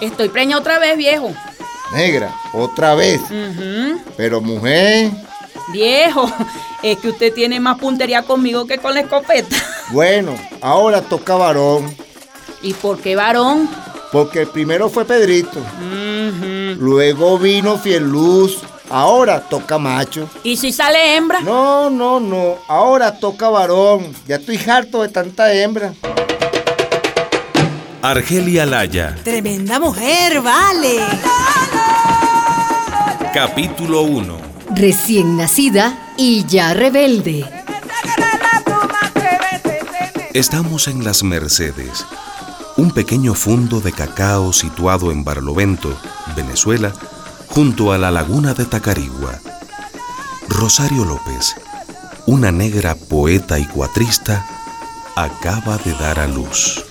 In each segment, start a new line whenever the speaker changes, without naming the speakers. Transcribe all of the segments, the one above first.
Estoy preña otra vez, viejo.
Negra, otra vez.
Ujú.
Pero mujer,
Viejo, es que usted tiene más puntería conmigo que con la escopeta.
bueno, ahora toca varón.
¿Y por qué varón?
Porque el primero fue Pedrito.
Ujú.
Luego vino Fieluz. Ahora toca macho.
¿Y si sale hembra?
No, no, no. Ahora toca varón. Ya estoy harto de tanta hembra.
Argelia Laya,
Tremenda mujer, vale.
capítulo 1.
Recién nacida y ya rebelde.
Estamos en Las Mercedes, un pequeño fundo de cacao situado en Barlovento, Venezuela, junto a la laguna de Tacarigua. Rosario López, una negra poeta y cuatrista, acaba de dar a luz.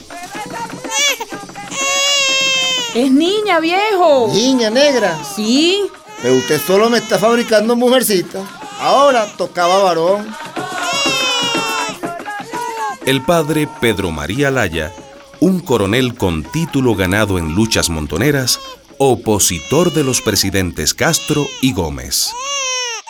Es niña, viejo.
Niña negra.
Sí.
Pero usted solo me está fabricando mujercita. Ahora tocaba varón.
El padre Pedro María Laya, un coronel con título ganado en luchas montoneras, opositor de los presidentes Castro y Gómez.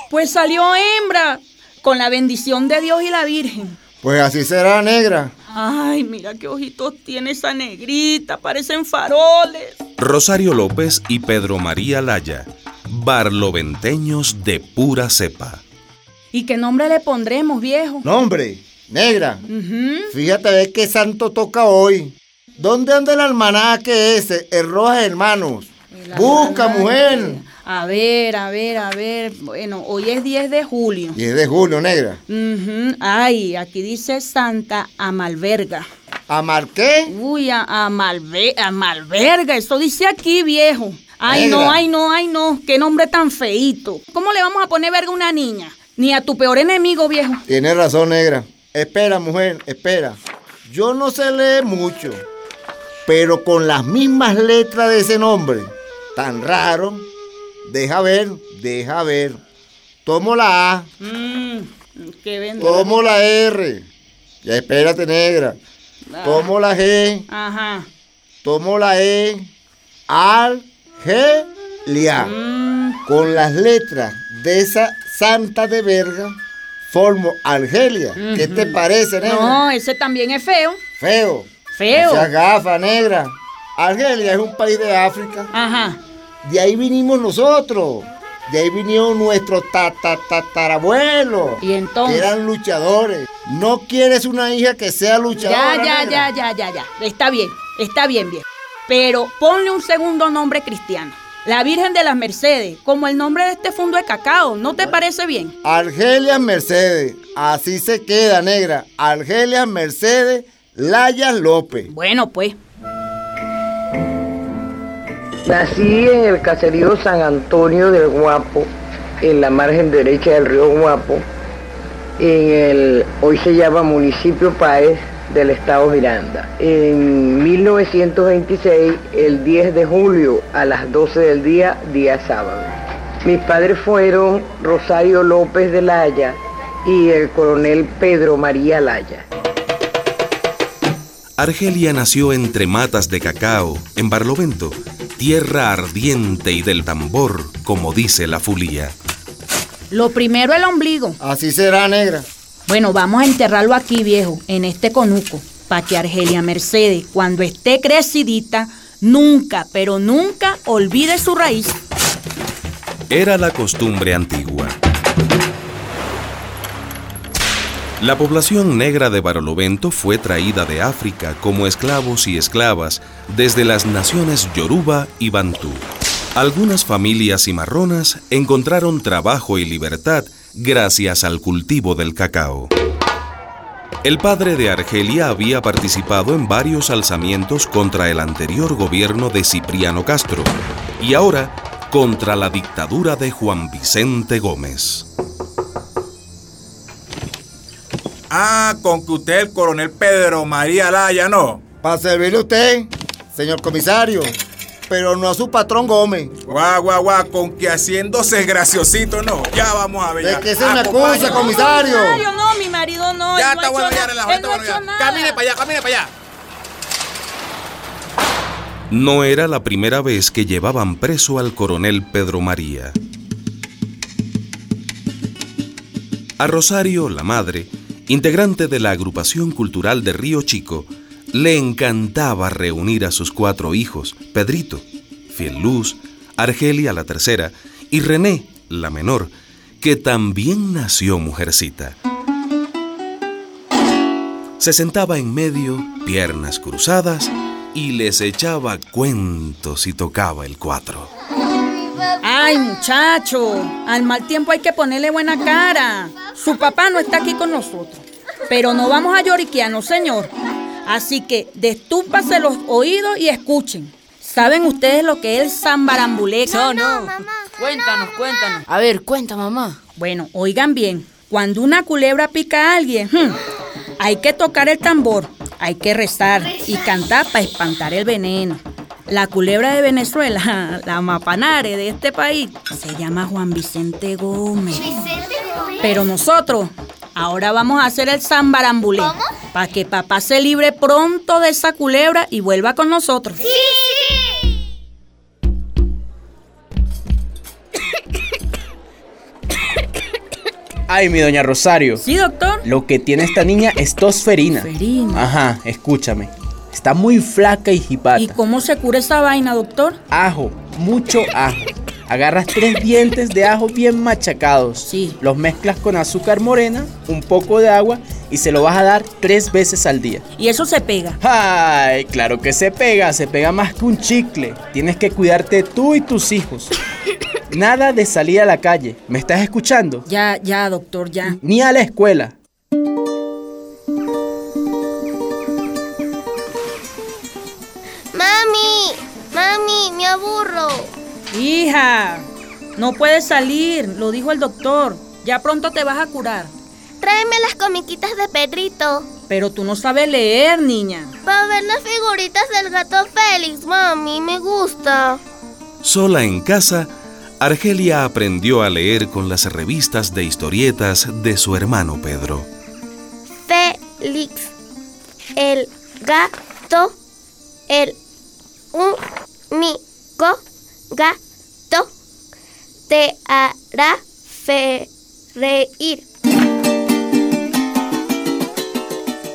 Pues salió hembra. Con la bendición de Dios y la Virgen.
Pues así será negra.
Ay, mira qué ojitos tiene esa negrita. Parecen faroles.
Rosario López y Pedro María Laya, barloventeños de pura cepa.
¿Y qué nombre le pondremos, viejo?
Nombre, negra.
Ujú.
Fíjate a ver qué santo toca hoy. ¿Dónde anda el almanaque ese? El Rojas Hermanos. Busca, mujer.
A ver, a ver, a ver. Bueno, hoy es 10 de julio.
Y es de julio, negra.
Ujú. Ay, aquí dice Santa Amalverga.
¿Amarqué?
Uy, a, a Malve- a Malverga, eso dice aquí, viejo. Ay, no,
Negra.
ay, no, ay, no, qué nombre tan feíto. ¿Cómo le vamos a poner verga a una niña? Ni a tu peor enemigo, viejo.
Tienes razón, negra. Espera, mujer, espera. Yo no sé leer mucho, pero con las mismas letras de ese nombre, tan raro. Deja ver, deja ver. Tomo la A,
Mm, qué vendrá.
tomo la R. Ya espérate, negra.
Ah,
Tomo la G,
Ajá.
tomo la E. Argelia.
Mm,
Con las letras de esa santa de verga, formo Argelia. ¿Qué te parece, negra?
no, ese también es feo.
Feo.
Feo.
O sea, gafa negra. Argelia es un país de África.
Ajá.
De ahí vinimos nosotros. De ahí vinieron nuestros ta- ta- tatarabuelos.
Y entonces.
Que eran luchadores. No quieres una hija que sea
Ya,
luchadora.
ya, ya, ya,
negra?
ya, ya. Está bien, está bien, bien. Pero ponle un segundo nombre cristiano. La Virgen de las Mercedes, como el nombre de este fondo de cacao, ¿no te parece bien?
Argelia Mercedes. Así se queda, negra. Argelia Mercedes Laya López.
Bueno, pues.
Nací en el caserío San Antonio del Guapo, en la margen derecha del río Guapo, en el, hoy se llama municipio Páez del estado Miranda. En 1926, el 10 de julio, a las 12 del día, día sábado. Mis padres fueron Rosario López de Laya y el coronel Pedro María Laya.
Argelia nació entre matas de cacao, en Barlovento, tierra ardiente y del tambor, como dice la fulía.
Lo primero el ombligo.
Así será, negra.
Bueno, vamos a enterrarlo aquí, viejo, en este conuco, para que Argelia Mercedes, cuando esté crecidita, nunca, pero nunca olvide su raíz.
Era la costumbre antigua. La población negra de Barlovento fue traída de África como esclavos y esclavas desde las naciones Yoruba y Bantú. Algunas familias cimarronas encontraron trabajo y libertad gracias al cultivo del cacao. El padre de Argelia había participado en varios alzamientos contra el anterior gobierno de Cipriano Castro y ahora contra la dictadura de Juan Vicente Gómez.
Ah, con que usted es el coronel Pedro María Laya, ¿no?
Para servirle a usted, señor comisario. Pero no a su patrón Gómez.
Guau, guau, guau, con que haciéndose el graciosito, ¿no? Ya vamos a ver.
¿De
ya.
qué se me
Acompáñame.
acusa, comisario?
no, mi marido no.
Ya
él no ha
está bueno,
hecho
ya
nada,
relajo,
él
está
no ha
bueno,
hecho
ya.
nada.
Camine para allá, camine para allá.
No era la primera vez que llevaban preso al coronel Pedro María. A Rosario, la madre, integrante de la agrupación cultural de Río Chico, le encantaba reunir a sus cuatro hijos, Pedrito, Fiel Luz, Argelia la tercera y René, la menor, que también nació mujercita. Se sentaba en medio, piernas cruzadas, y les echaba cuentos y tocaba el cuatro.
Ay, muchacho, al mal tiempo hay que ponerle buena cara. Su papá no está aquí con nosotros, pero no vamos a lloriquear, no señor. Así que destúpase los oídos y escuchen. ¿Saben ustedes lo que es el zambarambuleca?
Cuéntanos, cuéntanos. A ver, cuenta, mamá.
Bueno, oigan bien, cuando una culebra pica a alguien, hmm, hay que tocar el tambor, hay que rezar y cantar para espantar el veneno. La culebra de Venezuela, la mapanare de este país, se llama Juan Vicente Gómez. Pero nosotros ahora vamos a hacer el zambarambulé para que papá se libre pronto de esa culebra y vuelva con nosotros.
Ay, mi doña Rosario.
¿Sí, doctor?
Lo que tiene esta niña es tosferina.
Tosferina.
Ajá, escúchame. Está muy flaca y jipata.
¿Y cómo se cura esa vaina, doctor?
Ajo, mucho ajo. Agarras tres dientes de ajo bien machacados.
Sí.
Los mezclas con azúcar morena, un poco de agua y se lo vas a dar tres veces al día.
Y eso se pega.
Ay, claro que se pega, se pega más que un chicle. Tienes que cuidarte tú y tus hijos. Nada de salir a la calle. ¿Me estás escuchando?
Ya, ya, doctor, ya.
Ni a la escuela.
Mami, mami, me aburro.
Hija, no puedes salir, lo dijo el doctor. Ya pronto te vas a curar.
Tráeme las comiquitas de Pedrito.
Pero tú no sabes leer, niña.
Para ver las figuritas del gato Félix, mami, me gusta.
Sola en casa, Argelia aprendió a leer con las revistas de historietas de su hermano Pedro.
Félix, el gato, el único gato, te hará fe- reír.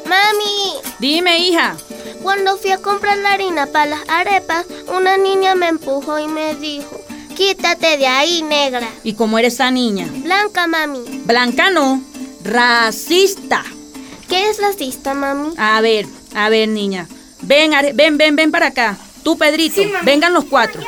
Mami,
Dime, hija.
cuando fui a comprar la harina para las arepas, una niña me empujó y me dijo, quítate de ahí, negra.
¿Y cómo eres esa niña?
Blanca, mami.
Blanca no, racista.
¿Qué es racista, mami?
A ver, a ver, niña. Ven, Are- ven, ven, ven para acá. Tú, Pedrito, vengan los cuatro.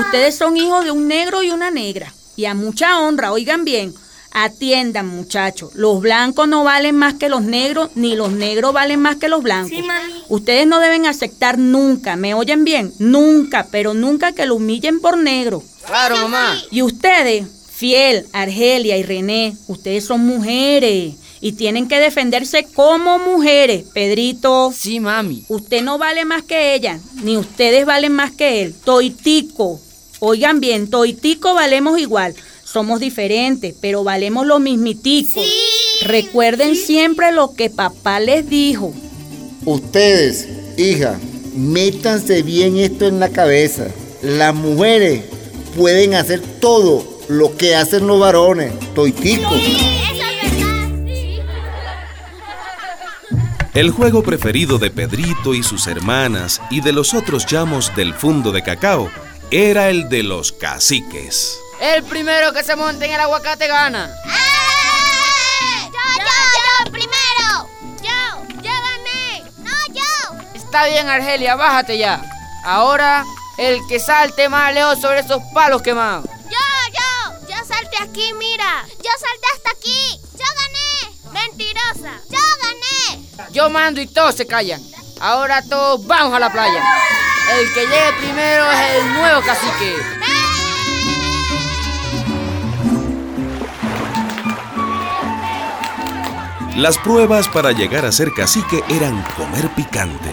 Ustedes son hijos de un negro y una negra. Y a mucha honra, oigan bien. Atiendan, muchachos. Los blancos no valen más que los negros, ni los negros valen más que los blancos. Ustedes no deben aceptar nunca, ¿me oyen bien? Nunca, pero nunca que lo humillen por negro.
Claro, mamá.
Y ustedes, Fiel, Argelia y René, ustedes son mujeres y tienen que defenderse como mujeres, Pedrito.
Sí, mami.
Usted no vale más que ella, ni ustedes valen más que él. Toitico, oigan bien, Toitico valemos igual. Somos diferentes, pero valemos lo mismitico. Recuerden siempre lo que papá les dijo.
Ustedes, hija, métanse bien esto en la cabeza. Las mujeres pueden hacer todo lo que hacen los varones. Toitico.
El juego preferido de Pedrito y sus hermanas y de los otros llamos del fundo de cacao era el de los caciques.
El primero que se monte en el aguacate gana.
¡Ay! ¡Yo, yo, yo, primero! ¡Yo! ¡Yo gané! ¡No, yo!
Está bien, Argelia, bájate ya. Ahora, el que salte más lejos sobre esos palos quemados.
¡Yo, yo! ¡Yo salté aquí, mira! ¡Yo salté hasta aquí! ¡Yo gané! ¡Mentirosa! ¡Yo gané!
Yo mando y todos se callan. Ahora todos vamos a la playa. El que llegue primero es el nuevo cacique.
¡Eh!
Las pruebas para llegar a ser cacique eran comer picante,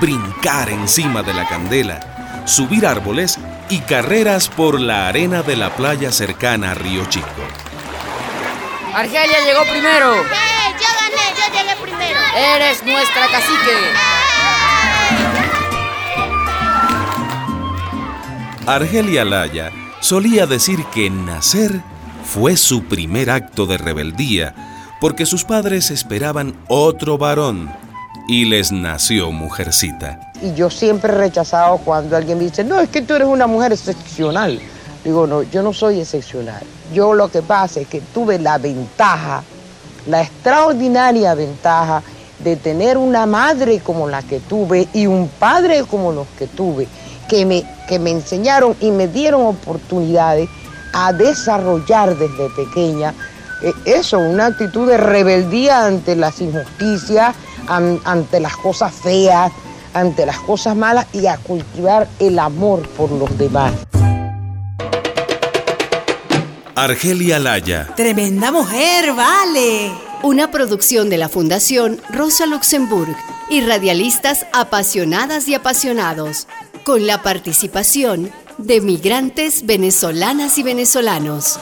brincar encima de la candela, subir árboles y carreras por la arena de la playa cercana a Río Chico.
Argelia llegó primero.
¡Eh! ¡Yo gané! ¡Yo llegué primero! Ah.
Eres nuestra cacique.
Argelia Laya solía decir que nacer fue su primer acto de rebeldía porque sus padres esperaban otro varón y les nació mujercita.
Y yo siempre he rechazado cuando alguien dice, no, es que tú eres una mujer excepcional. Digo, no, yo no soy excepcional. Yo lo que pasa es que tuve la ventaja, la extraordinaria ventaja de tener una madre como la que tuve y un padre como los que tuve, que me, que me enseñaron y me dieron oportunidades a desarrollar desde pequeña eh, eso, una actitud de rebeldía ante las injusticias, an- ante las cosas feas, ante las cosas malas y a cultivar el amor por los demás.
Argelia Laya,
Tremenda mujer, vale.
Una producción de la Fundación Rosa Luxemburg y radialistas apasionadas y apasionados, con la participación de migrantes venezolanas y venezolanos.